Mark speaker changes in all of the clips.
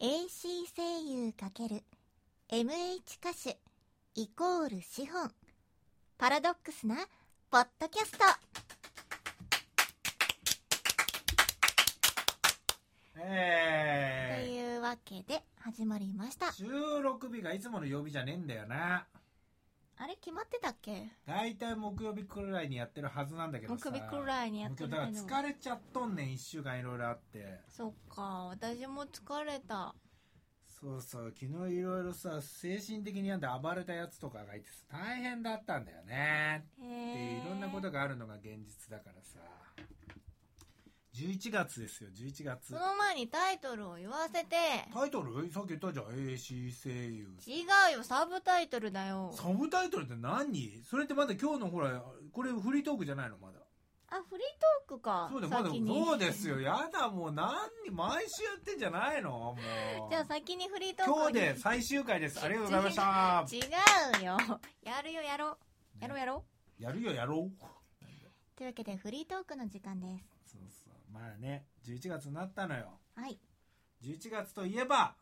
Speaker 1: AC 声優×MH 歌手イコール資本パラドックスなポッドキャストと
Speaker 2: え
Speaker 1: いうわけで始まりました
Speaker 2: ー、収録日がいつもの曜日じゃねえんだよな。
Speaker 1: あれ決まってたっけ
Speaker 2: 大体木曜日くらいにやってるはずなんだけどさ。
Speaker 1: 木曜日くらいにやってるけ
Speaker 2: け
Speaker 1: ど
Speaker 2: ど。だから疲れちゃっとんねん、一週間いろいろあって。
Speaker 1: そっか私も疲れた
Speaker 2: そうそう、昨日いろいろさ、精神的に病んで暴れたやつとかがいてさ、大変だったんだよね。
Speaker 1: へ
Speaker 2: で
Speaker 1: え
Speaker 2: いろんなことがあるのが現実だからさ。11月ですよ、11月
Speaker 1: そ。の前にタイトルを言わせて
Speaker 2: タイトルさっき言ったじゃん、AC 声優。
Speaker 1: 違うよサブタイトルだよ
Speaker 2: サブタイトルって何それってまだ今日のほら、これフリートークじゃないのまだ。
Speaker 1: あフリートークか
Speaker 2: そうだよまだ、
Speaker 1: 先に
Speaker 2: そうですよ。やだ、もう何に、毎週やってんじゃないのもう。
Speaker 1: じゃあ先にフリートーク
Speaker 2: 今日
Speaker 1: に
Speaker 2: で最終回です。ありがとうございました。
Speaker 1: 違うよやるよやろうやろうやろう
Speaker 2: やるよ、やろう。
Speaker 1: というわけでフリートークの時間です
Speaker 2: そうそう。まあね、11月になったのよ。
Speaker 1: はい
Speaker 2: 11月といえば、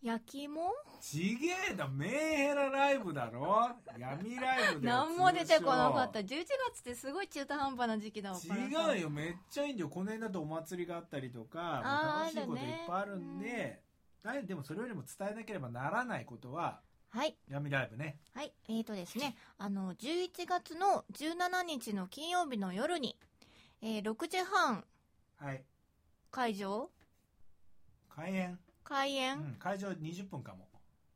Speaker 1: 焼き芋
Speaker 2: ちげえな、メンヘラライブだろ闇ライブだよ。
Speaker 1: 何も出てこなかった
Speaker 2: 通
Speaker 1: 11月ってすごい中途半端な時期だわ
Speaker 2: 称。違う
Speaker 1: よ
Speaker 2: よ、めっちゃいいんだよ。この辺だとお祭りがあったりと
Speaker 1: あー
Speaker 2: か、楽しいこといっぱいあるん
Speaker 1: ある
Speaker 2: で、だいでもそれよりも伝えなければならないことは、
Speaker 1: はい
Speaker 2: 闇ライブね。
Speaker 1: はいえーとですねあの11月の17日の金曜日の夜に、えー6時半
Speaker 2: はい。
Speaker 1: 会場
Speaker 2: 開演。
Speaker 1: 開
Speaker 2: う
Speaker 1: 演、
Speaker 2: ん、会場20分かも。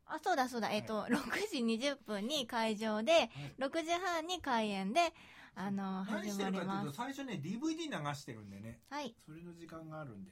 Speaker 1: あそうだそうだえっ、と、6時20分に会場で6時半に開演であの
Speaker 2: 何
Speaker 1: 始
Speaker 2: して
Speaker 1: ま
Speaker 2: る
Speaker 1: り
Speaker 2: かという
Speaker 1: ま
Speaker 2: と、
Speaker 1: す
Speaker 2: 最初ね、DVD 流してるんでね。
Speaker 1: はい
Speaker 2: それの時間があるんで。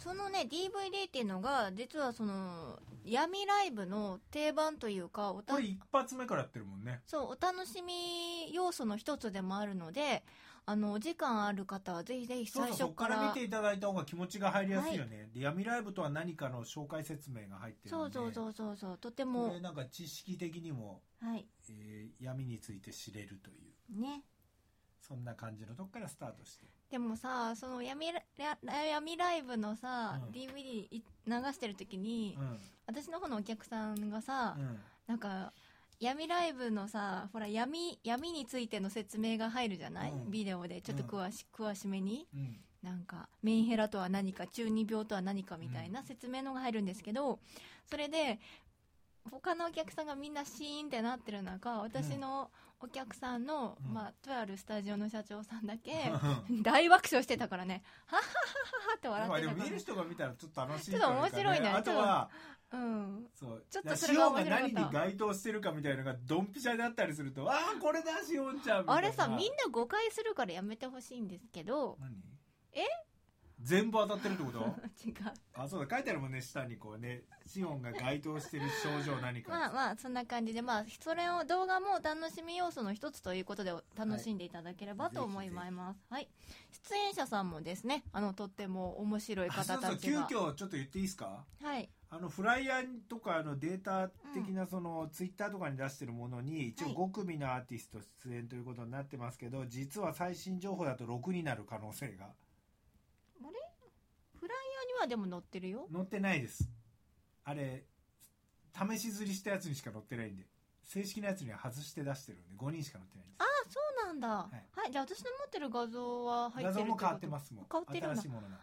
Speaker 1: そのね DVD っていうのが実はその闇ライブの定番というかおた
Speaker 2: これ一発目からやってるもんね。
Speaker 1: そうお楽しみ要素の一つでもあるのであのお時間ある方はぜひぜひ
Speaker 2: そう
Speaker 1: 最
Speaker 2: そうそ
Speaker 1: 初
Speaker 2: こ
Speaker 1: か
Speaker 2: からら見ていただいた方が気持ちが入りやすいよね、で闇ライブとは何かの紹介説明が入ってる
Speaker 1: そ
Speaker 2: ん
Speaker 1: う
Speaker 2: で
Speaker 1: そうそうそうそうとて
Speaker 2: こ
Speaker 1: も
Speaker 2: れなんか知識的にも、
Speaker 1: はい
Speaker 2: えー闇について知れるという
Speaker 1: ね
Speaker 2: そんな感じのとこからスタートして
Speaker 1: でもさその闇ラ闇ライブのさ、
Speaker 2: うん
Speaker 1: DVD い流してる時に
Speaker 2: う、ん
Speaker 1: 私の方のお客さんがさ、
Speaker 2: うん
Speaker 1: なんか闇ライブのさほら闇闇についての説明が入るじゃない、
Speaker 2: うん
Speaker 1: ビデオでちょっと詳し,、詳しめに
Speaker 2: うん
Speaker 1: なんかメンヘラとは何か中二病とは何かみたいな説明のが入るんですけど、それで他のお客さんがみんなシーンってなってる中私のお客さんの、
Speaker 2: うん
Speaker 1: まあ、とあるスタジオの社長さんだ け
Speaker 2: うん
Speaker 1: 大爆笑してたからねははははって
Speaker 2: まあ
Speaker 1: 笑
Speaker 2: で
Speaker 1: ってた
Speaker 2: も
Speaker 1: か
Speaker 2: 見る人が見たらちょっと楽しいという
Speaker 1: ち
Speaker 2: か、
Speaker 1: ょっと面白いね
Speaker 2: あとは
Speaker 1: ら、うん、
Speaker 2: そう
Speaker 1: ちょっとそれが面白
Speaker 2: だ
Speaker 1: かっ
Speaker 2: ら
Speaker 1: た
Speaker 2: シオンが何に該当してるかみたいなのがドンピシャだったりするとああこれだシオンちゃんみたいな
Speaker 1: あれさみんな誤解するからやめてほしいんですけど
Speaker 2: 何
Speaker 1: え
Speaker 2: 全部当たってるってこと
Speaker 1: 違う
Speaker 2: あそうだ書いてあるもんね下にこうねシオンが該当してる症状何か、
Speaker 1: まあまあそんな感じでまあそれを動画もお楽しみ要素の一つということでお楽しんでいただければと思います、はい出演者さんもですねあのとっても面白い
Speaker 2: あ
Speaker 1: 方
Speaker 2: そうそ
Speaker 1: た
Speaker 2: う
Speaker 1: ち
Speaker 2: 急
Speaker 1: が
Speaker 2: 遽ちょっと言っていいですか
Speaker 1: はい
Speaker 2: あのフライヤーとかあのデータ的なそのツイッターとかに出してるものに一
Speaker 1: は
Speaker 2: 応
Speaker 1: い
Speaker 2: 5組のアーティスト出演ということになってますけど実は最新情報だと6になる可能性が
Speaker 1: フライヤーにはでも載ってるよ
Speaker 2: 載ってないですあれ試し釣りしたやつにしか載ってないんで正式なやつには外して出してるんで5人しか載ってないんです
Speaker 1: あそうなんだはい
Speaker 2: い、
Speaker 1: じゃあ私の持ってる画像は入っ
Speaker 2: 画
Speaker 1: てるって
Speaker 2: 像
Speaker 1: こ
Speaker 2: も
Speaker 1: と
Speaker 2: 変わってますもん
Speaker 1: 変わってるんだ
Speaker 2: 新しいものなんで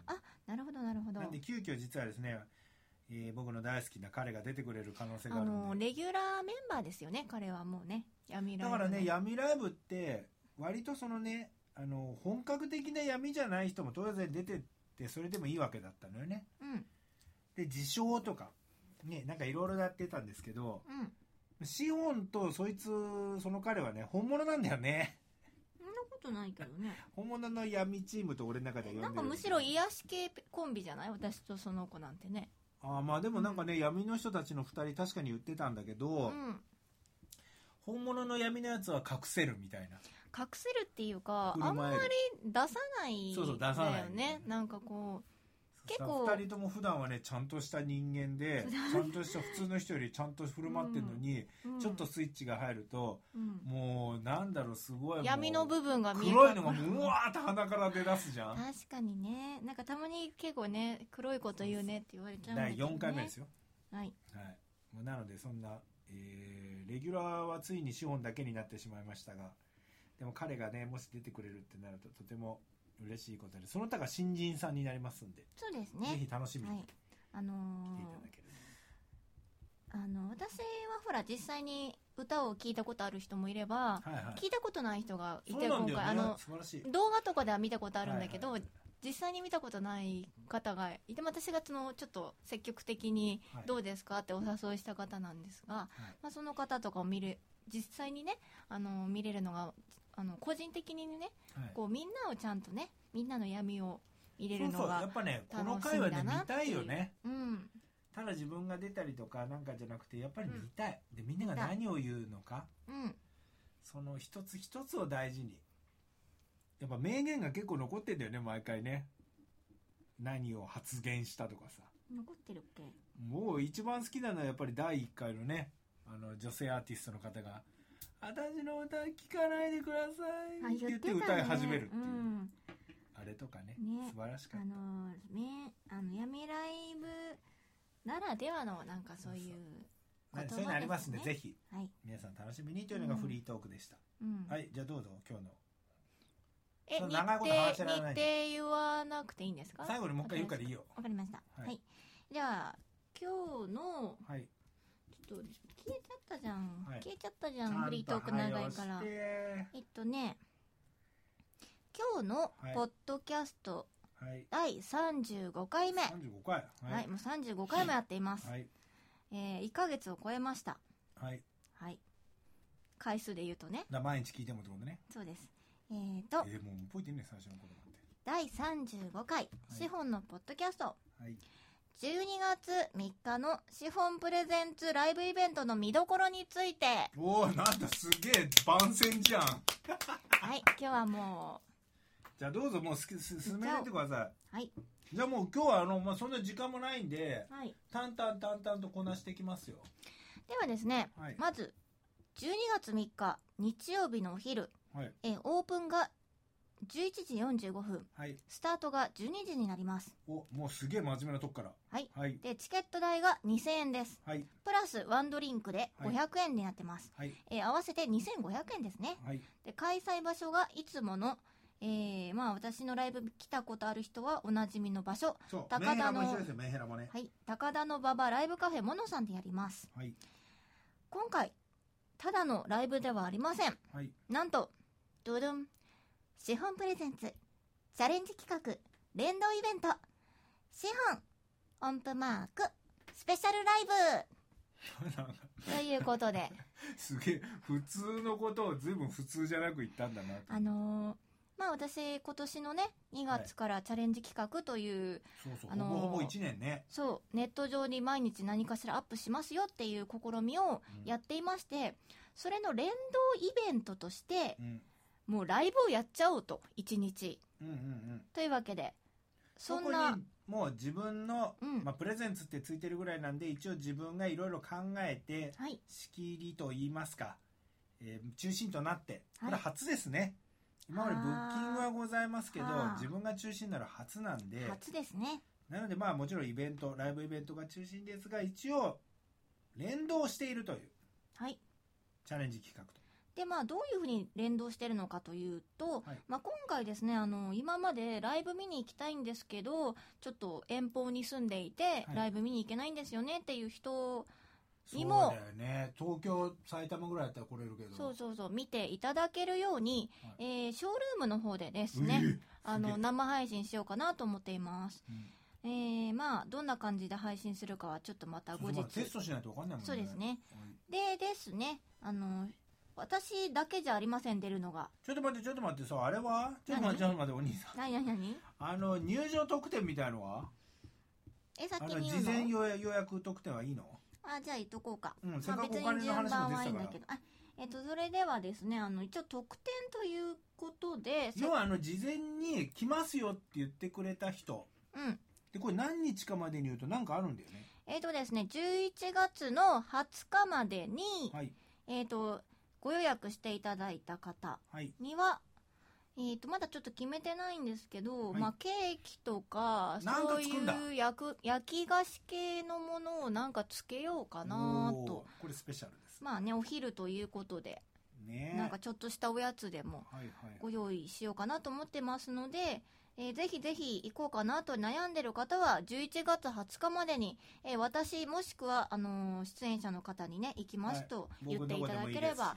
Speaker 1: なるほどなるほど
Speaker 2: なんで急遽実はですね、えー僕の大好きな彼が出てくれる可能性があ
Speaker 1: あ
Speaker 2: るんで
Speaker 1: のレギュラーメンバーですよね彼はもうね闇ラ
Speaker 2: だ
Speaker 1: イブ
Speaker 2: からね
Speaker 1: の
Speaker 2: 闇ライブって割とそのねあの本格的な闇じゃない人も当然出てってそれでもいいわけだったのよね
Speaker 1: うんうん
Speaker 2: で自称とかねなんかいろいろやってたんですけどシオンとそいつその彼はね本物なんだよね
Speaker 1: そんなことないけどね
Speaker 2: 本物の闇チームと俺の中では呼んでる
Speaker 1: なんかむしろ癒し系コンビじゃない私とその子なんてね
Speaker 2: あーまあでもなんかね闇の人たちの2人確かに言ってたんだけど、
Speaker 1: うん
Speaker 2: 本物の闇のやつは隠せるみたいな
Speaker 1: 隠せるっていうかあ
Speaker 2: 振
Speaker 1: んま
Speaker 2: る舞える
Speaker 1: り出さないんだよね
Speaker 2: そうそう出さない
Speaker 1: なんかこう結
Speaker 2: さ
Speaker 1: 構
Speaker 2: 2人とも普段はねちゃんとした人間でちゃんとした普通の人よりちゃんと振る舞ってるのに、
Speaker 1: うん
Speaker 2: ちょっとスイッチが入ると
Speaker 1: うん
Speaker 2: もうなんだろうすごいもう
Speaker 1: 闇の部分が見え
Speaker 2: 黒いのが
Speaker 1: 隠れ
Speaker 2: うわーって鼻から出だすじゃ ん
Speaker 1: 確かにねなんかたまに結構ね黒いこと言うねって言われちゃうんだけ
Speaker 2: 第
Speaker 1: ど、ね、
Speaker 2: 4回目ですよ
Speaker 1: はい
Speaker 2: はい、まあなのでそんな、えーレギュラーはついに資本だけになってしまいましたがでも彼がねもし出てくれるってなるととても嬉しいことでその他が新人さんになりますんで、
Speaker 1: そうです
Speaker 2: ぜ
Speaker 1: ね
Speaker 2: ひ楽しみ
Speaker 1: は
Speaker 2: に
Speaker 1: い
Speaker 2: 来て
Speaker 1: あの
Speaker 2: い
Speaker 1: ー
Speaker 2: ただけれ
Speaker 1: あの私はほら実際に歌を聴いたことある人もいれば
Speaker 2: ば、はいはい
Speaker 1: 聞いたことない人がい
Speaker 2: そ
Speaker 1: て
Speaker 2: うなん
Speaker 1: 今
Speaker 2: だ
Speaker 1: 回
Speaker 2: よね
Speaker 1: あの
Speaker 2: 素晴らしい
Speaker 1: 動画とかでは見たことあるんだけど、
Speaker 2: はいはい
Speaker 1: 実際に見たことない方がいて私がそのちょっと積極的に
Speaker 2: はい
Speaker 1: どうですかってお誘いした方なんですが、まあ、その方とかを見る実際にねあの見れるのがあの個人的にね
Speaker 2: はい
Speaker 1: こうみんなをちゃんとねみんなの闇を見れる
Speaker 2: そうそ
Speaker 1: の
Speaker 2: うや
Speaker 1: が
Speaker 2: っぱねこの
Speaker 1: 楽し
Speaker 2: 回
Speaker 1: み
Speaker 2: は
Speaker 1: だ
Speaker 2: ね
Speaker 1: な
Speaker 2: 見
Speaker 1: って
Speaker 2: た
Speaker 1: い
Speaker 2: いうよね
Speaker 1: うん
Speaker 2: ただ自分が出たりとかなんかじゃなくてやっぱり
Speaker 1: うん
Speaker 2: 見たい、でみんなが
Speaker 1: 見たい
Speaker 2: 何を言うのか
Speaker 1: うん
Speaker 2: その一つ一つを大事にやっぱ名言が結構残ってんだよね毎回ね何を発言したとかさ
Speaker 1: 残ってるっけ
Speaker 2: もう一番好きなのはやっぱり第1回のねあの女性アーティストの方が「私の歌聞かないでください」って言って歌い始めるっていう、
Speaker 1: うん
Speaker 2: あれとかね
Speaker 1: ね
Speaker 2: 素晴らしか
Speaker 1: あ
Speaker 2: っ
Speaker 1: のめあの闇ライブならではのなんかそういう
Speaker 2: た、ね
Speaker 1: 言葉
Speaker 2: そういうのありますんで
Speaker 1: ですね
Speaker 2: ぜひ
Speaker 1: はい、
Speaker 2: 皆さん楽しみにというのがフリートークでした、
Speaker 1: うん、
Speaker 2: はいじゃあどうぞ今日の
Speaker 1: え日
Speaker 2: そ
Speaker 1: 程
Speaker 2: の長いこと話してられない
Speaker 1: 日程言わなくていいんですか
Speaker 2: 最後にもう一回言うからいいよ
Speaker 1: わかりました
Speaker 2: は
Speaker 1: はいい、では今日の
Speaker 2: はい
Speaker 1: ちょっと消えちゃったじゃん、
Speaker 2: はい
Speaker 1: 消えちゃったじ
Speaker 2: ち
Speaker 1: ゃんフリートーク長い
Speaker 2: 早
Speaker 1: か
Speaker 2: 押
Speaker 1: ら
Speaker 2: して
Speaker 1: えっとね今日の
Speaker 2: はい
Speaker 1: ポッドキャスト
Speaker 2: はい
Speaker 1: 第35回目、はい
Speaker 2: 三十五回。はい。
Speaker 1: もう35回もやっています、
Speaker 2: はい。
Speaker 1: えー、1ヶ月を超えました
Speaker 2: はい。
Speaker 1: はい回数で言うとね
Speaker 2: だ毎日聞いてもってことね。
Speaker 1: そうですえー、と
Speaker 2: えー、もう覚えてんね最初の頃なんて。
Speaker 1: 第35回資本のポッドキャスト、
Speaker 2: はい。
Speaker 1: 12月3日の資本プレゼンツライブイベントの見どころについて
Speaker 2: おおなんだすげえ番宣じゃん。
Speaker 1: はい今日はも
Speaker 2: じゃあどうぞもうすきす進めてってくださ
Speaker 1: うはい
Speaker 2: い。じゃあもう今日はあのまあそんな時間もないんで、
Speaker 1: はい
Speaker 2: 淡々淡々とこなしていきますよ。
Speaker 1: ではですね
Speaker 2: はい。
Speaker 1: まず12月3日日曜日のお昼、
Speaker 2: はい。
Speaker 1: えーオープンが11時45分
Speaker 2: はい。
Speaker 1: スタートが12時になります
Speaker 2: おもうすげえ真面目なとこから。
Speaker 1: はい。
Speaker 2: はい。
Speaker 1: でチケット代が2000円です
Speaker 2: はい。
Speaker 1: プラスワンドリンクで500円になってます、
Speaker 2: はい。
Speaker 1: えー合わせて2500円ですね
Speaker 2: はい。
Speaker 1: で開催場所がいつものえーまあ私のライブ来たことある人はおなじみの場所
Speaker 2: そう。
Speaker 1: 高
Speaker 2: メンヘラ
Speaker 1: 田
Speaker 2: も
Speaker 1: の
Speaker 2: 一緒ですよメンヘラもね。
Speaker 1: はい、高田の馬場ライブカフェモノさんでやります
Speaker 2: はい。
Speaker 1: 今回ただのライブではありません
Speaker 2: はい。
Speaker 1: なんとドドン資本プレゼンツチャレンジ企画連動イベント資本音符マークスペシャルライ
Speaker 2: なんか
Speaker 1: ブということ で
Speaker 2: すげえ普通のことをずいぶん普通じゃなく言ったんだなと。
Speaker 1: あのーまあ私今年のね2月からチャレンジ企画という、
Speaker 2: そうそう、
Speaker 1: あのー
Speaker 2: ほぼほぼ1年ね。
Speaker 1: そうネット上に毎日何かしらアップしますよっていう試みを
Speaker 2: うん
Speaker 1: やっていましてそれの連動イベントとして
Speaker 2: うん、
Speaker 1: もうライブをやっちゃおうと一日
Speaker 2: うんうんうん
Speaker 1: というわけでそ
Speaker 2: そ
Speaker 1: ん
Speaker 2: こに
Speaker 1: な
Speaker 2: もう自分の、
Speaker 1: うん
Speaker 2: まあ、プレゼンツってついてるぐらいなんで一応自分がいろいろ考えて
Speaker 1: はい
Speaker 2: 仕切りと言いますか、えー中心となって
Speaker 1: は
Speaker 2: こ
Speaker 1: い
Speaker 2: れ初ですね、今までブッキングはございますけど
Speaker 1: はあ
Speaker 2: 自分が中心なら初なんで
Speaker 1: 初ですね
Speaker 2: なのでまあもちろんイベントライブイベントが中心ですが一応連動しているという
Speaker 1: はい
Speaker 2: チャレンジ企画と。
Speaker 1: でまあどういうふうに連動してるのかというと、
Speaker 2: はい
Speaker 1: まあ、今回ですねあの今までライブ見に行きたいんですけどちょっと遠方に住んでいて、
Speaker 2: はい
Speaker 1: ライブ見に行けないんですよねっていう人を
Speaker 2: そう
Speaker 1: 今
Speaker 2: だよね東京埼玉ぐらいだったら来れるけど
Speaker 1: そうそうそう見ていただけるように、
Speaker 2: はい
Speaker 1: えーショールームの方でです
Speaker 2: うえ
Speaker 1: ね、あ
Speaker 2: すげ
Speaker 1: の
Speaker 2: え
Speaker 1: 生配信しようかなと思っています
Speaker 2: うん
Speaker 1: えー、まあどんな感じで配信するかはちょっとまた後
Speaker 2: そ
Speaker 1: 日
Speaker 2: うだテストしないと分かんないもんね
Speaker 1: そうですね
Speaker 2: はい
Speaker 1: でですねあの私だけじゃありません出るのが
Speaker 2: ちょっと待ってちょっと待ってさあれはちょっと待ってちょっと待ってお兄さん
Speaker 1: 何何何
Speaker 2: あの入場特典みたいのは
Speaker 1: え
Speaker 2: あ
Speaker 1: 先
Speaker 2: の
Speaker 1: に言
Speaker 2: 事
Speaker 1: うの
Speaker 2: 前予約予約特典はいいの
Speaker 1: あじゃあ言っとこうか、
Speaker 2: うんせっ
Speaker 1: まあ、
Speaker 2: かく
Speaker 1: 別
Speaker 2: お金
Speaker 1: に
Speaker 2: の
Speaker 1: 順
Speaker 2: 話も出てた
Speaker 1: 番
Speaker 2: か
Speaker 1: はいいんだ
Speaker 2: ら
Speaker 1: けどあえっとそれではですねあの一応特典ということでせ
Speaker 2: 要はあの事前に来ますよって言ってくれた人
Speaker 1: うん
Speaker 2: っでこれ何日かまでに言うと何かあるんだよね
Speaker 1: えっ、とですね、11月の20日までに、
Speaker 2: はい
Speaker 1: えっ、と、ご予約していただいた方
Speaker 2: はい
Speaker 1: には、えっ、と、まだちょっと決めてないんですけど、
Speaker 2: はい
Speaker 1: まあ、ケーキとか、
Speaker 2: なん
Speaker 1: そ
Speaker 2: か
Speaker 1: うい
Speaker 2: 作んだ
Speaker 1: う焼く焼き菓子系のものをなんかつけようかな
Speaker 2: おー
Speaker 1: と。
Speaker 2: これスペシャルです
Speaker 1: まあね、お昼ということで、
Speaker 2: ね
Speaker 1: なんかちょっとしたおやつでも
Speaker 2: はいはい
Speaker 1: ご用意しようかなと思ってますので、えーぜひぜひ行こうかなと悩んでる方は11月20日までに、えー私もしくはあのー出演者の方にね行きますと言っていただければ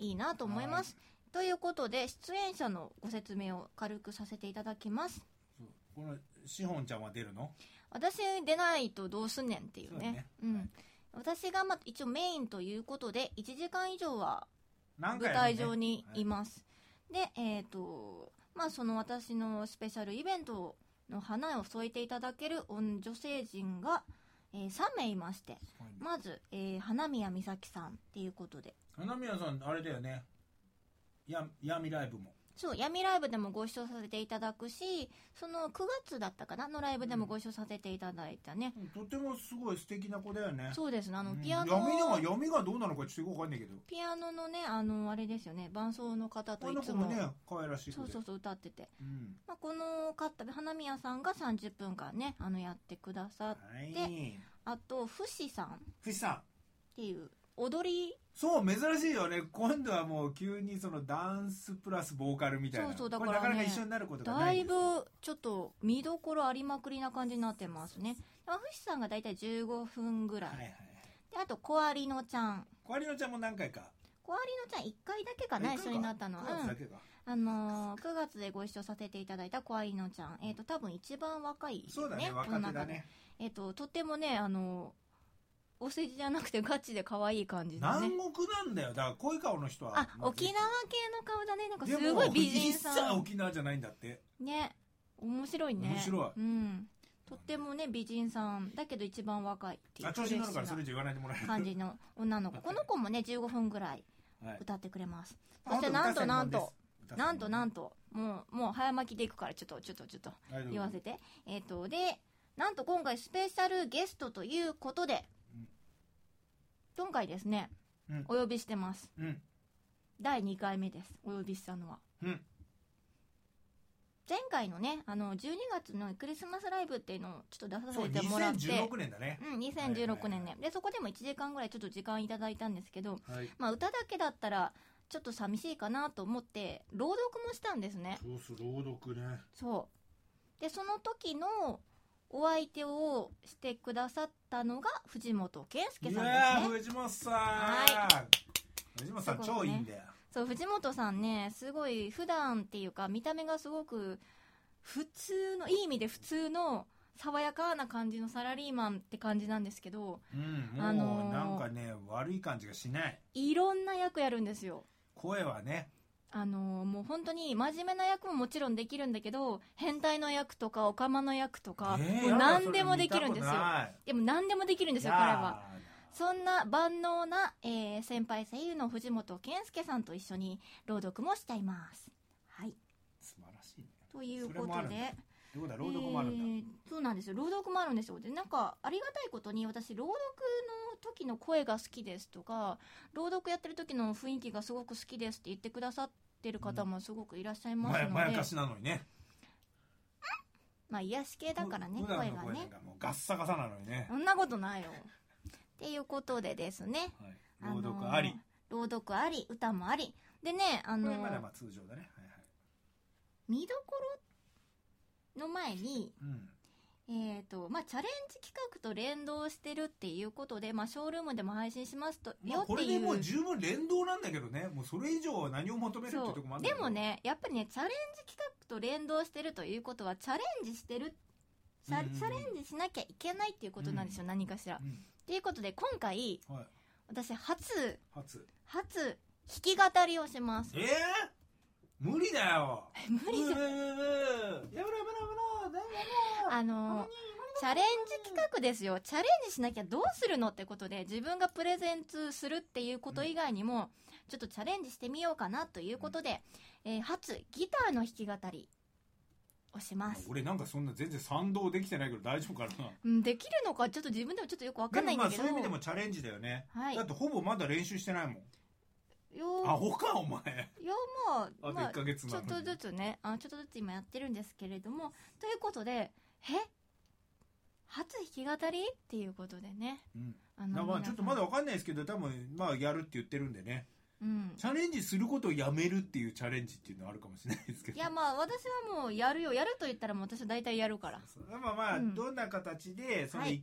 Speaker 1: いいなと思います。ということで出演者のご説明を軽くさせていただきます。
Speaker 2: そうこのしほんちゃんは出るの
Speaker 1: 私出ないとどうすんねんっていうね。
Speaker 2: そうねはい
Speaker 1: うん、私がまあ一応メインということで1時間以上は
Speaker 2: 何
Speaker 1: 舞
Speaker 2: 回
Speaker 1: 台上にいます、でえっ、とまあその私のスペシャルイベントの花を添えていただける女性陣が、えー3名いましてまず、えー花宮美咲さんっていうことで
Speaker 2: 花宮さんあれだよねや闇ライブも
Speaker 1: そう闇ライブでもご一緒させていただくしその9月だったかなのライブでもご一緒させていただいたね、
Speaker 2: とてもすごい素敵な子だよね
Speaker 1: そうですねあの
Speaker 2: うん
Speaker 1: ピアノ、
Speaker 2: 闇が闇がどうなのかちょっとよくわかんないけど
Speaker 1: ピアノのねあのあれですよね伴奏の方と
Speaker 2: こ
Speaker 1: い
Speaker 2: の
Speaker 1: つ
Speaker 2: 子
Speaker 1: も
Speaker 2: もね可愛らしい子
Speaker 1: そ
Speaker 2: で
Speaker 1: うそうそう歌ってて
Speaker 2: うん
Speaker 1: まあ、この方花宮さんが30分間ねあのやってくださっ
Speaker 2: はい
Speaker 1: あとフシさんっ
Speaker 2: 富士さん
Speaker 1: ていう踊り
Speaker 2: そう珍しいよね今度はもう急にそのダンスプラスボーカルみたいな
Speaker 1: そうそうだ
Speaker 2: こ
Speaker 1: か
Speaker 2: れ
Speaker 1: らね
Speaker 2: なかなか一緒になることがな
Speaker 1: だ
Speaker 2: い
Speaker 1: い
Speaker 2: ん
Speaker 1: ぶ
Speaker 2: です
Speaker 1: ちょっと見どころありまくりな感じになってますねまあフシさんがだいたい15分ぐらい、
Speaker 2: はいはい
Speaker 1: であとコアリノちゃん
Speaker 2: 小有野ちゃんも何回か
Speaker 1: コアリノちゃん1回だけかな
Speaker 2: あ
Speaker 1: 一緒になったのは、
Speaker 2: 一回か
Speaker 1: うん
Speaker 2: だけか
Speaker 1: あのー9月でご一緒させていただいたコアリノちゃんえっ、と多分一番若いよ、
Speaker 2: そうだね
Speaker 1: こ
Speaker 2: 若
Speaker 1: の
Speaker 2: 手
Speaker 1: 中
Speaker 2: だ
Speaker 1: で
Speaker 2: ね
Speaker 1: えっ、ととってもねあのーお世辞じゃなくてガチで可愛い感じでね
Speaker 2: 南国なんだよだからこういう顔の人は
Speaker 1: あ、
Speaker 2: ま
Speaker 1: 沖縄系の顔だね。なんか
Speaker 2: です
Speaker 1: ごい
Speaker 2: も
Speaker 1: 美人
Speaker 2: 一
Speaker 1: さ
Speaker 2: 切
Speaker 1: ん。
Speaker 2: 沖縄じゃないんだって
Speaker 1: ね。面白いね。
Speaker 2: 面白い
Speaker 1: うん。とってもね、美人さん。だけど一番若いっていう。
Speaker 2: あ調子に乗るからそ
Speaker 1: フレ
Speaker 2: れ以上言わないでもらえ
Speaker 1: ッシュ
Speaker 2: る
Speaker 1: な感じの女の子。この子もね、15分ぐらい
Speaker 2: はい
Speaker 1: 歌ってくれます。
Speaker 2: あ
Speaker 1: そしてなんとなんと、
Speaker 2: 歌
Speaker 1: なんとなん
Speaker 2: と
Speaker 1: と、もう、もう早巻きでいくから、ちょっと、ちょっと、ちょっと、言わせて。えっ、と、で、なんと今回スペシャルゲストということで
Speaker 2: うん、
Speaker 1: 今回ですね、
Speaker 2: うん
Speaker 1: お呼びしてます。
Speaker 2: うん
Speaker 1: 第2回目です。お呼びしたのは。
Speaker 2: うん
Speaker 1: 前回のねあの12月のクリスマスライブっていうのをちょっと出さ
Speaker 2: そう
Speaker 1: せてもらって
Speaker 2: 2016年だね
Speaker 1: うん、2016年ね、でそこでも1時間ぐらいちょっと時間いただいたんですけど、
Speaker 2: はい
Speaker 1: まあ、歌だけだったらちょっと寂しいかなと思って朗読もしたんですね
Speaker 2: そうす朗読ね
Speaker 1: そうでその時のお相手をしてくださったのが藤本健介
Speaker 2: い
Speaker 1: さん
Speaker 2: や
Speaker 1: です
Speaker 2: ー
Speaker 1: ね
Speaker 2: 藤本さん
Speaker 1: は
Speaker 2: 藤本さん
Speaker 1: すご
Speaker 2: 超
Speaker 1: い
Speaker 2: い
Speaker 1: ね
Speaker 2: いんだよ
Speaker 1: そう藤本さんねすごい普段っていうか見た目がすごく普通のいい意味で普通の爽やかな感じのサラリーマンって感じなんですけど
Speaker 2: うん
Speaker 1: あ
Speaker 2: も
Speaker 1: のー
Speaker 2: うなんかね悪い感じがしない
Speaker 1: いろんな役やるんですよ
Speaker 2: 声はね
Speaker 1: あのもう本当に真面目な役ももちろんできるんだけど変態の役とかオカマの役とか、
Speaker 2: えー
Speaker 1: もう
Speaker 2: やだ
Speaker 1: 何でもできるんですよ
Speaker 2: それ見たことない
Speaker 1: でも何でもできるんですよ
Speaker 2: いやー
Speaker 1: 彼はそんな万能な、えー先輩声優の藤本健介さんと一緒に朗読もしていますはい
Speaker 2: 素晴らしいね
Speaker 1: という
Speaker 2: それ
Speaker 1: こ
Speaker 2: もあ
Speaker 1: と
Speaker 2: るんだ
Speaker 1: で
Speaker 2: どうだ朗読もあるんだ、
Speaker 1: えーそうなんですよ朗読もあるんですよでなんかありがたいことに私朗読の時の声が好きですとか朗読やってる時の雰囲気がすごく好きですって言ってくださってる方もすごくいらっしゃいます
Speaker 2: ま
Speaker 1: の
Speaker 2: や
Speaker 1: で、
Speaker 2: まやかしなのにね
Speaker 1: まあ癒し系だからね
Speaker 2: 普
Speaker 1: 声
Speaker 2: 段
Speaker 1: が
Speaker 2: の声なん
Speaker 1: ね
Speaker 2: かもうガッサガサなのにね、
Speaker 1: そんなことないよっていうことでですね
Speaker 2: はい
Speaker 1: あの
Speaker 2: 朗読あり、
Speaker 1: 朗読あり歌もありでねあの
Speaker 2: これまだまあ通常だねはいはい
Speaker 1: 見どころの前に
Speaker 2: うん
Speaker 1: えーとまあ、チャレンジ企画と連動してるっていうことで、まあ、ショールームでも配信しますと
Speaker 2: まあ、
Speaker 1: よ
Speaker 2: こ
Speaker 1: って
Speaker 2: れ
Speaker 1: い
Speaker 2: で
Speaker 1: う,、
Speaker 2: もう十分連動なんだけどねもうそれ以上は何を求めるっていう
Speaker 1: そ
Speaker 2: ところもあ
Speaker 1: う
Speaker 2: るんだ
Speaker 1: で
Speaker 2: けど
Speaker 1: もねやっぱりねチャレンジ企画と連動してるということはチャレンジしてるチャ,、
Speaker 2: うんうんうん
Speaker 1: チャレンジしなきゃいけないっていうことなんですよ、何かしら。
Speaker 2: うん
Speaker 1: ということで今回
Speaker 2: はい
Speaker 1: 私初
Speaker 2: 初
Speaker 1: 初弾き語りをします
Speaker 2: ええ無理だよ
Speaker 1: 無理じゃん
Speaker 2: うーうーうーやめろやめろやめろだめだ
Speaker 1: あのチャレンジ企画ですよチャレンジしなきゃどうするのってことで自分がプレゼンツするっていうこと以外にも、ちょっとチャレンジしてみようかなということで、えー初ギターの弾き語り押します、
Speaker 2: 俺なんかそんな全然賛同できてないけど大丈夫かな
Speaker 1: うん、できるのかちょっと自分でもちょっとよくわかんないんだけど
Speaker 2: でもまあそういう意味でもチャレンジだよね、
Speaker 1: はい
Speaker 2: だってほぼまだ練習してないもんア
Speaker 1: よ
Speaker 2: ホかお前
Speaker 1: いやま
Speaker 2: あ
Speaker 1: あ
Speaker 2: と
Speaker 1: ま
Speaker 2: 1
Speaker 1: あ
Speaker 2: ヶ月な
Speaker 1: ちょ
Speaker 2: の
Speaker 1: っ
Speaker 2: に
Speaker 1: とずつねあちょっとずつ今やってるんですけれどもということでえ初弾き語りっていうことでね
Speaker 2: うん
Speaker 1: あ
Speaker 2: だからまあちょっとまだ
Speaker 1: 皆
Speaker 2: わかんないですけど多分まあやるって言ってるんでね
Speaker 1: さんうん
Speaker 2: チャレンジすることをやめるっていうチャレンジっていうのはあるかもしれないですけど
Speaker 1: いやまあ私はもうやるよやると言ったらもう私は大体やるから
Speaker 2: そうそうまあまあ、
Speaker 1: うん
Speaker 2: どんな形でその、
Speaker 1: はい
Speaker 2: い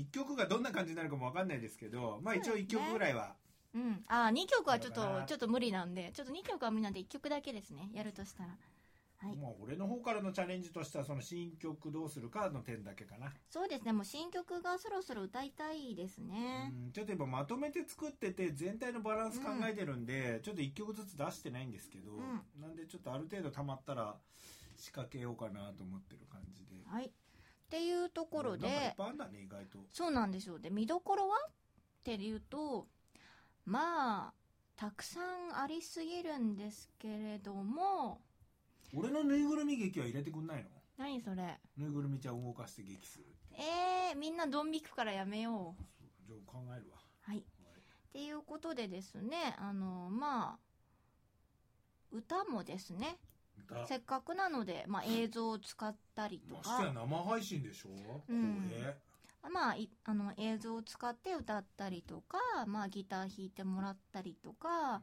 Speaker 2: 一曲がどんな感じになるかもわかんないですけどまあ一応一曲ぐらいは
Speaker 1: うんあ2曲はちょっと
Speaker 2: だから
Speaker 1: ちょっと無理なんでちょっと2曲は無理なんで1曲だけですねやるとしたらはい
Speaker 2: まあ、俺の方からのチャレンジとしてはその新曲どうするかの点だけかな、
Speaker 1: そうですねもう新曲がそろそろ歌いたいですね
Speaker 2: うんちょっと今まとめて作ってて全体のバランス考えてるんで、ちょっと1曲ずつ出してないんですけど、
Speaker 1: う
Speaker 2: なんでちょっとある程度たまったら仕掛けようかなと思ってる感じで
Speaker 1: はいっていうところで
Speaker 2: なんかいっぱいあんだね意外と
Speaker 1: そうなんですよ。で、見どころはっていうと、まあ、たくさんありすぎるんですけれども、
Speaker 2: 俺のぬいぐるみ劇は入れてくんないの
Speaker 1: 何それ
Speaker 2: ぬいぐるみちゃんを動かして劇する
Speaker 1: えー、みんなドン引くからやめよう。
Speaker 2: じゃあ考えるわ
Speaker 1: はい。っていうことでですね、あの、まあ、歌もですね、
Speaker 2: だ
Speaker 1: せっかくなので、まあ、映像を使ったりと
Speaker 2: ましてや
Speaker 1: か、
Speaker 2: 生配信でしょ、
Speaker 1: うん
Speaker 2: これ
Speaker 1: まあ、いあの、映像を使って歌ったりとか、まあ、ギター弾いてもらったりとか、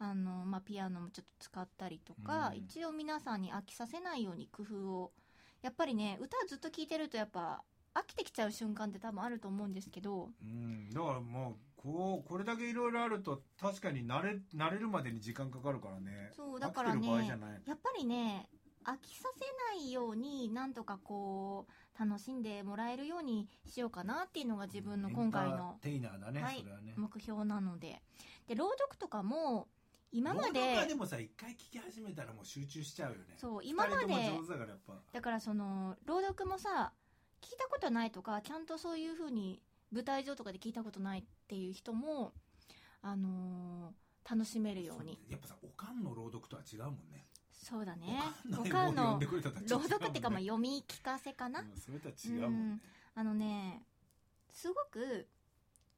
Speaker 1: あの、まあ、ピアノもちょっと使ったりとか、
Speaker 2: うん
Speaker 1: 一応皆さんに飽きさせないように工夫を。やっぱりね、歌ずっと聴いてるとやっぱ飽きてきちゃう瞬間って多分あると思うんですけど、
Speaker 2: うんだからもうこうこれだけいろいろあると確かに慣れ慣れるまでに時間かかるからね
Speaker 1: そう、だから
Speaker 2: 飽きてる場合じゃ
Speaker 1: ね、
Speaker 2: ない
Speaker 1: やっぱりね、飽きさせないように、なんとかこう、楽しんでもらえるようにしようかなっていうのが自分の今回の
Speaker 2: エンターテイナーだね、
Speaker 1: はい
Speaker 2: それはね
Speaker 1: 目標なので。で、朗読とかも、今ま
Speaker 2: 朗読は
Speaker 1: で
Speaker 2: で、もさ一回聞き始めたらもう集中しちゃうよね
Speaker 1: そう、今ま
Speaker 2: 二人と
Speaker 1: で、
Speaker 2: も上手だからやっぱ
Speaker 1: だからその朗読もさ聞いたことないとかちゃんとそういうふうに舞台上とかで聞いたことないっていう人も、あのー楽しめるように
Speaker 2: そうやっぱさおかんの朗読とは違うもんね
Speaker 1: そうだね
Speaker 2: お
Speaker 1: お
Speaker 2: か
Speaker 1: か
Speaker 2: ん
Speaker 1: ん
Speaker 2: の絵を読ん
Speaker 1: の
Speaker 2: でくれたとは違う
Speaker 1: 朗
Speaker 2: もんね
Speaker 1: 読っていうかまあ読み聞かせかな、
Speaker 2: うんそれとは違うもんね
Speaker 1: あのねすごく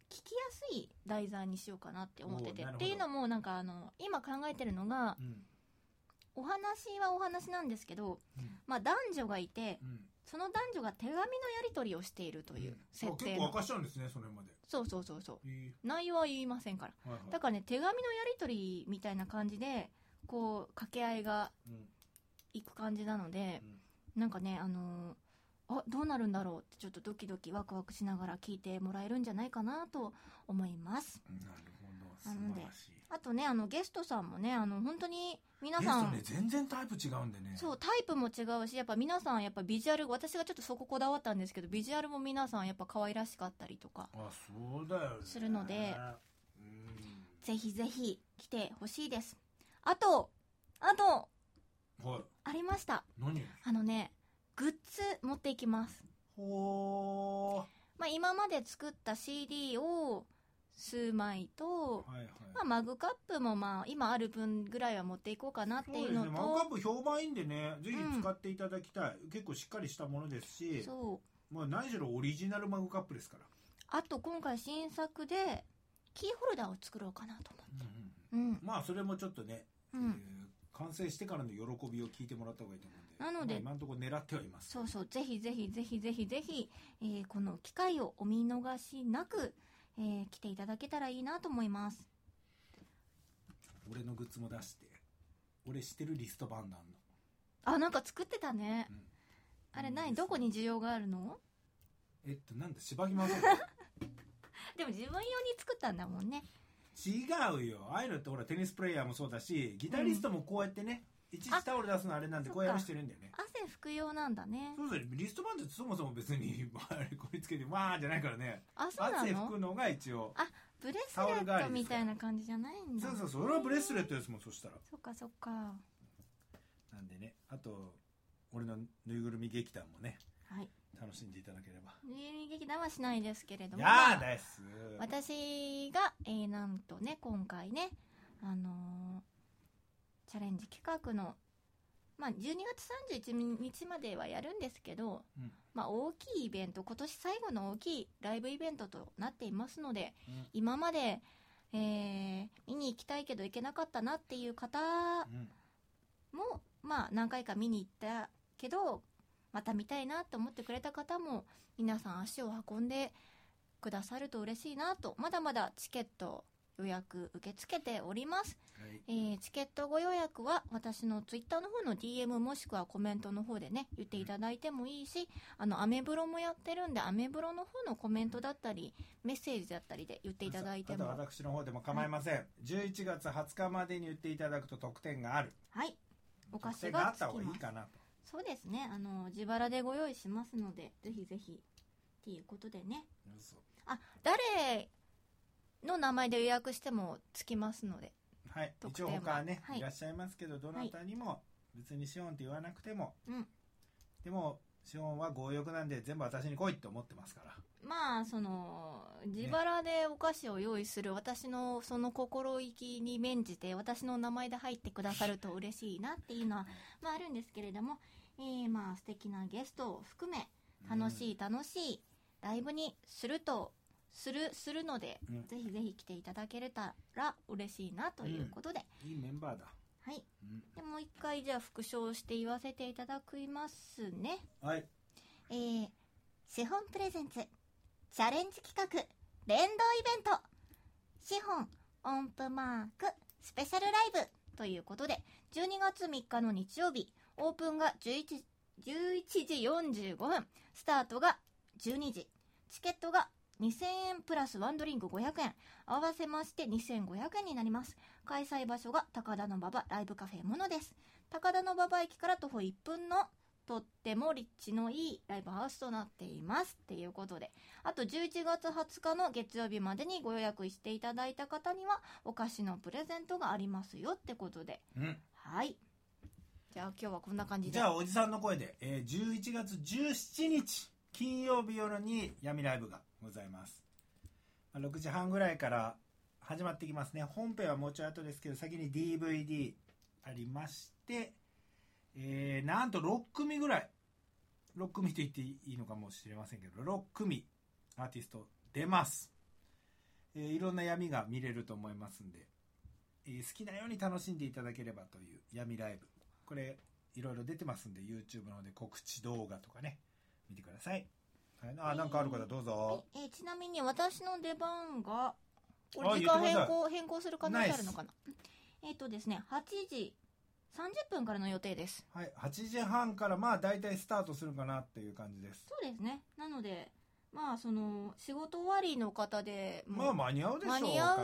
Speaker 1: 聞きやすい題材にしようかなって思ってて
Speaker 2: おーなるほ
Speaker 1: っ
Speaker 2: ど
Speaker 1: ていうのもなんかあの今考えてるのが
Speaker 2: うん
Speaker 1: お話はお話なんですけど、
Speaker 2: うん
Speaker 1: まあ、男女がいて
Speaker 2: うん
Speaker 1: その男女が手紙のやり取りをしているという設
Speaker 2: あ
Speaker 1: 定
Speaker 2: 結構
Speaker 1: の
Speaker 2: 明かしちゃうんですねそれまで
Speaker 1: そうそうそうそう
Speaker 2: へえ
Speaker 1: 内容は言いませんから
Speaker 2: はいはい
Speaker 1: だからね手紙のやり取りみたいな感じでこう掛け合いが
Speaker 2: うん
Speaker 1: いく感じなので
Speaker 2: うん
Speaker 1: なんかねあのーあどうなるんだろうってちょっとドキドキワクワクしながら聞いてもらえるんじゃないかなと思います
Speaker 2: なるほど素
Speaker 1: なので
Speaker 2: 晴らしい
Speaker 1: あとねあのゲストさんもねあの本当に皆
Speaker 2: ゲ
Speaker 1: さ
Speaker 2: スト
Speaker 1: ん、
Speaker 2: ね全然タイプ違うんでね
Speaker 1: そうタイプも違うしやっぱ皆さんやっぱビジュアル私がちょっとそここだわったんですけどビジュアルも皆さんやっぱ可愛らしかったりとか
Speaker 2: あそうだよね
Speaker 1: するので
Speaker 2: うん
Speaker 1: ぜひぜひ来てほしいですあとあと
Speaker 2: はい
Speaker 1: ありました
Speaker 2: 何
Speaker 1: あのね、グッズ持っていきます。
Speaker 2: ほー
Speaker 1: まあ、今まで作った CD を数枚と、
Speaker 2: はいはい
Speaker 1: まあ、マグカップもまあ、今ある分ぐらいは持っていこうかなって
Speaker 2: そ
Speaker 1: い
Speaker 2: うで
Speaker 1: う
Speaker 2: すね
Speaker 1: の
Speaker 2: マグカッ
Speaker 1: と、
Speaker 2: プ評判いいんでねぜひ使っていただきたい、結構しっかりしたものですし
Speaker 1: そう。
Speaker 2: まあ何しろオリジナルマグカップですから、
Speaker 1: あと今回新作で、キーホルダーを作ろうかなと思う。うん。
Speaker 2: まあそれもちょっとね、
Speaker 1: う
Speaker 2: え
Speaker 1: ん。
Speaker 2: ー完成してからの喜びを聞いてもらった方がいいと思う
Speaker 1: な
Speaker 2: んで
Speaker 1: ので
Speaker 2: まあ今のところ狙ってはいます
Speaker 1: そうそう、ぜひぜひぜひぜひぜひ、えーこの機会をお見逃しなく、えー来ていただけたらいいなと思います。
Speaker 2: 俺のグッズも出して俺してるリストバンドあ
Speaker 1: あ、
Speaker 2: んの
Speaker 1: なんか作ってたね。
Speaker 2: うん
Speaker 1: あれ何どこに需要があるの
Speaker 2: えっとなんだしばきませ ん
Speaker 1: でも自分用に作ったんだもんね。
Speaker 2: 違うよああいうのってほらテニスプレイヤーもそうだしギタリストもこうやってね、いちいちタオル出すのあれなんで
Speaker 1: あ
Speaker 2: こうやるしてるんだよね
Speaker 1: 汗拭く用なんだね
Speaker 2: そうそうリストバンドってそもそも別に あれこれつけてわーじゃないからね
Speaker 1: あそうな
Speaker 2: 汗拭
Speaker 1: の
Speaker 2: くのが一応
Speaker 1: ブレスレットみたいな感じじゃないんだ
Speaker 2: そうそうそうそれはブレスレットですもんそしたら
Speaker 1: そっかそっかは
Speaker 2: なんでねあと俺のぬいぐるみ劇団もね
Speaker 1: い
Speaker 2: 楽しんでいただければ
Speaker 1: ぬいぐるみ劇団はしないですけれども
Speaker 2: やだです
Speaker 1: 私が、えーなんとね今回ねあのーチャレンジ企画のまあ、12月31日まではやるんですけど、
Speaker 2: うん
Speaker 1: まあ、大きいイベント今年最後の大きいライブイベントとなっていますので
Speaker 2: うん
Speaker 1: 今まで、えー見に行きたいけど行けなかったなっていう方
Speaker 2: うん
Speaker 1: も、まあ、何回か見に行ったけどまた見たいなと思ってくれた方も皆さん足を運んでくださると嬉しいなとまだまだチケット予約受け付けております
Speaker 2: はい
Speaker 1: えーチケットご予約は私のツイッターの方の DM もしくはコメントの方でね言っていただいてもいいしあのアメブロもやってるんでアメブロの方のコメントだったりメッセージだったりで言っていただいても
Speaker 2: あと私の方でも構いません、11月20日までに言っていただくと特典がある
Speaker 1: はいお菓
Speaker 2: 特
Speaker 1: 子
Speaker 2: 典があ
Speaker 1: が
Speaker 2: っ
Speaker 1: つき
Speaker 2: た方
Speaker 1: ま
Speaker 2: がいい
Speaker 1: す
Speaker 2: かなと
Speaker 1: そうですねあの自腹でご用意しますのでぜひぜひっていうことでね
Speaker 2: そう
Speaker 1: 誰の名前で予約してもつきますので
Speaker 2: はい
Speaker 1: 特
Speaker 2: 一
Speaker 1: 典
Speaker 2: 応
Speaker 1: は
Speaker 2: 他はね、
Speaker 1: はい
Speaker 2: い、らっしゃいますけどどなたにも別に資本って言わなくても、
Speaker 1: うん
Speaker 2: でも資本は強欲なんで全部私に来いって思ってますから
Speaker 1: まあその自腹でお菓子を用意する私のその心意気に免じて私の名前で入ってくださると嬉しいなっていうのは、まあ、あるんですけれども、えー、まあ素敵なゲストを含め楽し
Speaker 2: い、
Speaker 1: い楽しいライブにするとするするので、
Speaker 2: うん
Speaker 1: ぜひぜひ来ていただけれたら嬉しいなということで、
Speaker 2: いいメンバーだ、
Speaker 1: はい
Speaker 2: うん
Speaker 1: でもう一回じゃあ復唱して言わせていただきますね
Speaker 2: はい
Speaker 1: えー、資本プレゼンツチャレンジ企画連動イベント資本音符マークスペシャルライブということで12月3日の日曜日オープンが11 11時45分スタートが12時チケットが2000円プラスワンドリンク500円合わせまして2500円になります開催場所が高田の馬場ライブカフェものです高田の馬場駅から徒歩1分のとっても立地のいいライブハウスとなっていますっていうことであと11月20日の月曜日までにご予約していただいた方にはお菓子のプレゼントがありますよってことで
Speaker 2: うん
Speaker 1: はいじゃあ今日はこんな感じで
Speaker 2: じゃあおじさんの声で、えー11月17日金曜日夜に闇ライブがございますまあ6時半ぐらいから始まってきますね本編はもうちょい後ですけど先に DVD ありまして、えーなんと6組ぐらい6組と言っていいのかもしれませんけど6組アーティスト出ます、えーいろんな闇が見れると思いますんで、えー好きなように楽しんでいただければという闇ライブこれいろいろ出てますんで YouTube の方で告知動画とかね見てください、はい、あなんかある方どう
Speaker 1: はい
Speaker 2: ぞ、
Speaker 1: えーちなみに私の出番がこ
Speaker 2: あ
Speaker 1: れ時間
Speaker 2: 言ってく
Speaker 1: 変
Speaker 2: ださい
Speaker 1: 更変更する可能性あるのかなえっ、とですね8時30分からの予定です
Speaker 2: はい、8時半からまあ大体スタートするかなっていう感じです
Speaker 1: そうですねなのでまあその仕事終わりの方でも
Speaker 2: まあ間に合うでしょうかね
Speaker 1: 間に合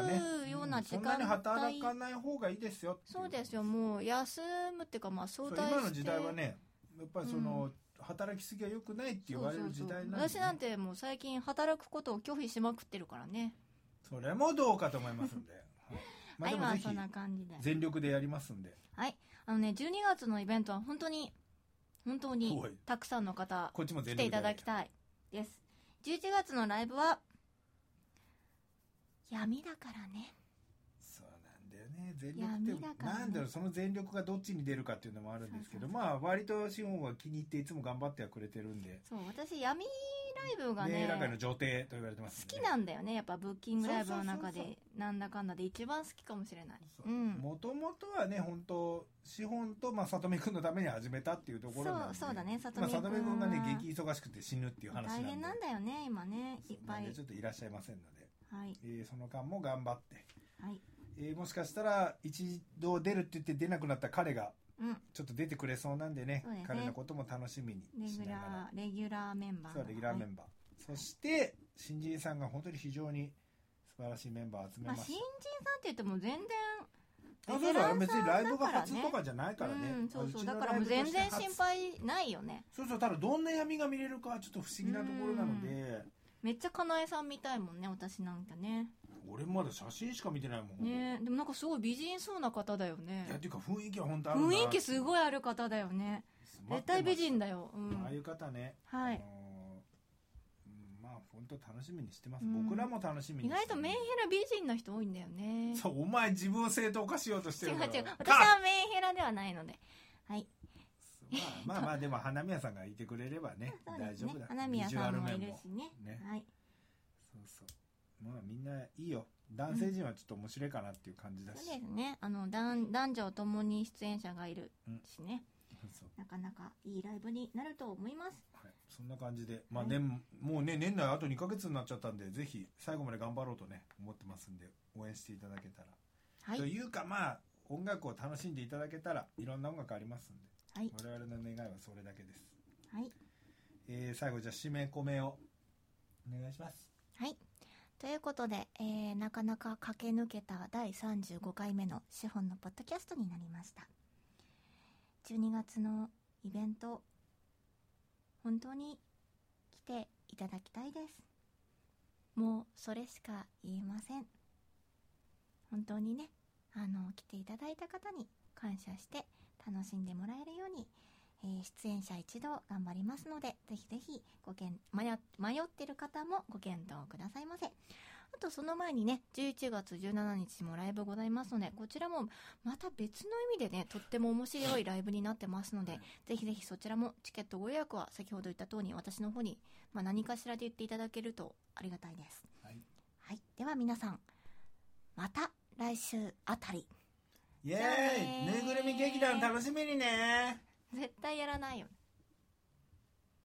Speaker 1: うような時間帯
Speaker 2: んそんなに働かない方がいいですよってい
Speaker 1: そうですよもう休むっていうかまあ相
Speaker 2: そう
Speaker 1: 対して
Speaker 2: 今の時代はねやっぱりその、働きすぎは良くないって言われる時代なんで、ね、
Speaker 1: そうそうそう私なんてもう最近働くことを拒否しまくってるからね、
Speaker 2: それもどうかと思いますんで、
Speaker 1: は
Speaker 2: はい
Speaker 1: い、今
Speaker 2: まあで
Speaker 1: は
Speaker 2: もぜ
Speaker 1: そんな
Speaker 2: ひ
Speaker 1: 感じで
Speaker 2: 全力でやりますんで
Speaker 1: あのね12月のイベントは本当に本当に
Speaker 2: おい
Speaker 1: たくさんの方
Speaker 2: こっちも
Speaker 1: 来
Speaker 2: 全
Speaker 1: て
Speaker 2: 力
Speaker 1: い
Speaker 2: で
Speaker 1: ただきたいです11月のライブは闇だからね
Speaker 2: そうなんだよね全
Speaker 1: いや
Speaker 2: 力
Speaker 1: 見な
Speaker 2: っ
Speaker 1: か
Speaker 2: て
Speaker 1: った
Speaker 2: なんだろうその全力がどっちに出るかっていうのもあるんですけど
Speaker 1: そうそう
Speaker 2: まあ割と資本は気に入っていつも頑張ってはくれてるんで
Speaker 1: そう私闇ライブが
Speaker 2: ね
Speaker 1: ね
Speaker 2: ラ界の
Speaker 1: 好
Speaker 2: 女帝と言われてますんで
Speaker 1: き
Speaker 2: ね
Speaker 1: なんだよねやっぱブッキングライブの中
Speaker 2: そうそう
Speaker 1: でなんだかんだで一番好きかもしれない
Speaker 2: そ
Speaker 1: う
Speaker 2: う
Speaker 1: ん
Speaker 2: もともとはね本当資本と、まあ、里見くんのために始めたっていうところなんで
Speaker 1: そうそうだね里見
Speaker 2: まあ、里見くんがね
Speaker 1: 君は
Speaker 2: 激忙しくて死ぬっていう話な
Speaker 1: 大
Speaker 2: んで
Speaker 1: 変なんだよね今ねいっぱ
Speaker 2: なん
Speaker 1: い
Speaker 2: でちょっといらっしゃいませんので、
Speaker 1: はい
Speaker 2: えーその間も頑張って、
Speaker 1: はい
Speaker 2: えーもしかしたら一度出るって言って出なくなった彼が
Speaker 1: うん
Speaker 2: ちょっと出てくれそうなんでね
Speaker 1: そうですね
Speaker 2: 彼のことも楽しみ
Speaker 1: レ
Speaker 2: にし
Speaker 1: ギュ
Speaker 2: ながら
Speaker 1: ラーレギュラーメンバー
Speaker 2: そうレギュラーメ
Speaker 1: ン
Speaker 2: ンバー、そして新人さんが本当に非常に素晴らしいメンバーを集め
Speaker 1: まあ
Speaker 2: まし
Speaker 1: 新人さんって言っても全然
Speaker 2: た、
Speaker 1: まあ
Speaker 2: あ
Speaker 1: 新
Speaker 2: そうだ
Speaker 1: ベテランさん
Speaker 2: 別にライブが
Speaker 1: だから
Speaker 2: 初
Speaker 1: ね
Speaker 2: とかじゃないからね、
Speaker 1: うんそうそう
Speaker 2: ちの
Speaker 1: だからもう
Speaker 2: ラ
Speaker 1: 全
Speaker 2: イブとし
Speaker 1: 然
Speaker 2: て初
Speaker 1: 心配ないよね
Speaker 2: そうそうただどんな闇が見れるかはちょっと不思議なところなので
Speaker 1: めっちゃかなえさん見たいもんね私なんかね
Speaker 2: 俺まだ写真しか見てないもん、
Speaker 1: ねでもなんかすごい美人そうな方だよ
Speaker 2: いやっ
Speaker 1: ね
Speaker 2: ていうか雰囲気は本当ある
Speaker 1: 雰囲気す
Speaker 2: い
Speaker 1: ごいある方だよね絶対美人だようん
Speaker 2: ああいう方ね、
Speaker 1: は
Speaker 2: あ
Speaker 1: い
Speaker 2: のーうんまあ本当楽しみにしてます、
Speaker 1: うん
Speaker 2: 僕らも楽しみに
Speaker 1: 意
Speaker 2: して
Speaker 1: 外とメンヘラ美人の人多いんだよね
Speaker 2: そうお前自分を正当化しようとして
Speaker 1: 違う違
Speaker 2: る
Speaker 1: う
Speaker 2: から
Speaker 1: 私はメンヘラではないのではい
Speaker 2: まあ、まあまあでも花宮さんがいてくれればね
Speaker 1: そうで
Speaker 2: 大
Speaker 1: す
Speaker 2: 丈夫
Speaker 1: ね
Speaker 2: だ
Speaker 1: 花宮さんもい
Speaker 2: ビジュアル面
Speaker 1: るしね
Speaker 2: ね
Speaker 1: はい
Speaker 2: そうそうまあみんないいよ男性陣はちょっと面白いかなっていう感じだし、
Speaker 1: そうですねあの男男女ともに出演者がいるしね、
Speaker 2: そう
Speaker 1: なかなかいいライブになると思います
Speaker 2: はい、そんな感じで、まあ
Speaker 1: はい
Speaker 2: 年もうね年内あと2か月になっちゃったんでぜひ最後まで頑張ろうとね思ってますんで応援していただけたら、
Speaker 1: はい
Speaker 2: というかまあ音楽を楽しんでいただけたらいろんな音楽ありますんで
Speaker 1: はい
Speaker 2: 我々の願いはそれだけです、
Speaker 1: はい
Speaker 2: えー最後じゃあ締め込めをお願いします
Speaker 1: はい。ということで、えーなかなか駆け抜けた第35回目の資本のポッドキャストになりました。12月のイベント、本当に来ていただきたいです。もうそれしか言えません。本当にね、あの、来ていただいた方に感謝して楽しんでもらえるようにえー出演者一同頑張りますので、ぜひぜひごけん迷迷ってる方もご検討くださいませ。あとその前にね、11月17日もライブございますので、こちらもまた別の意味でね、とっても面白いライブになってますので、ぜひぜひそちらもチケットご予約は先ほど言った通り私の方に、まあ、何かしらで言っていただけるとありがたいです。
Speaker 2: はい、
Speaker 1: はい。では皆さん、また来週あたり。
Speaker 2: イエ
Speaker 1: じゃあ
Speaker 2: ーイ
Speaker 1: ねー
Speaker 2: ぬいぐるみ劇団楽しみにね
Speaker 1: 絶対やらないよね。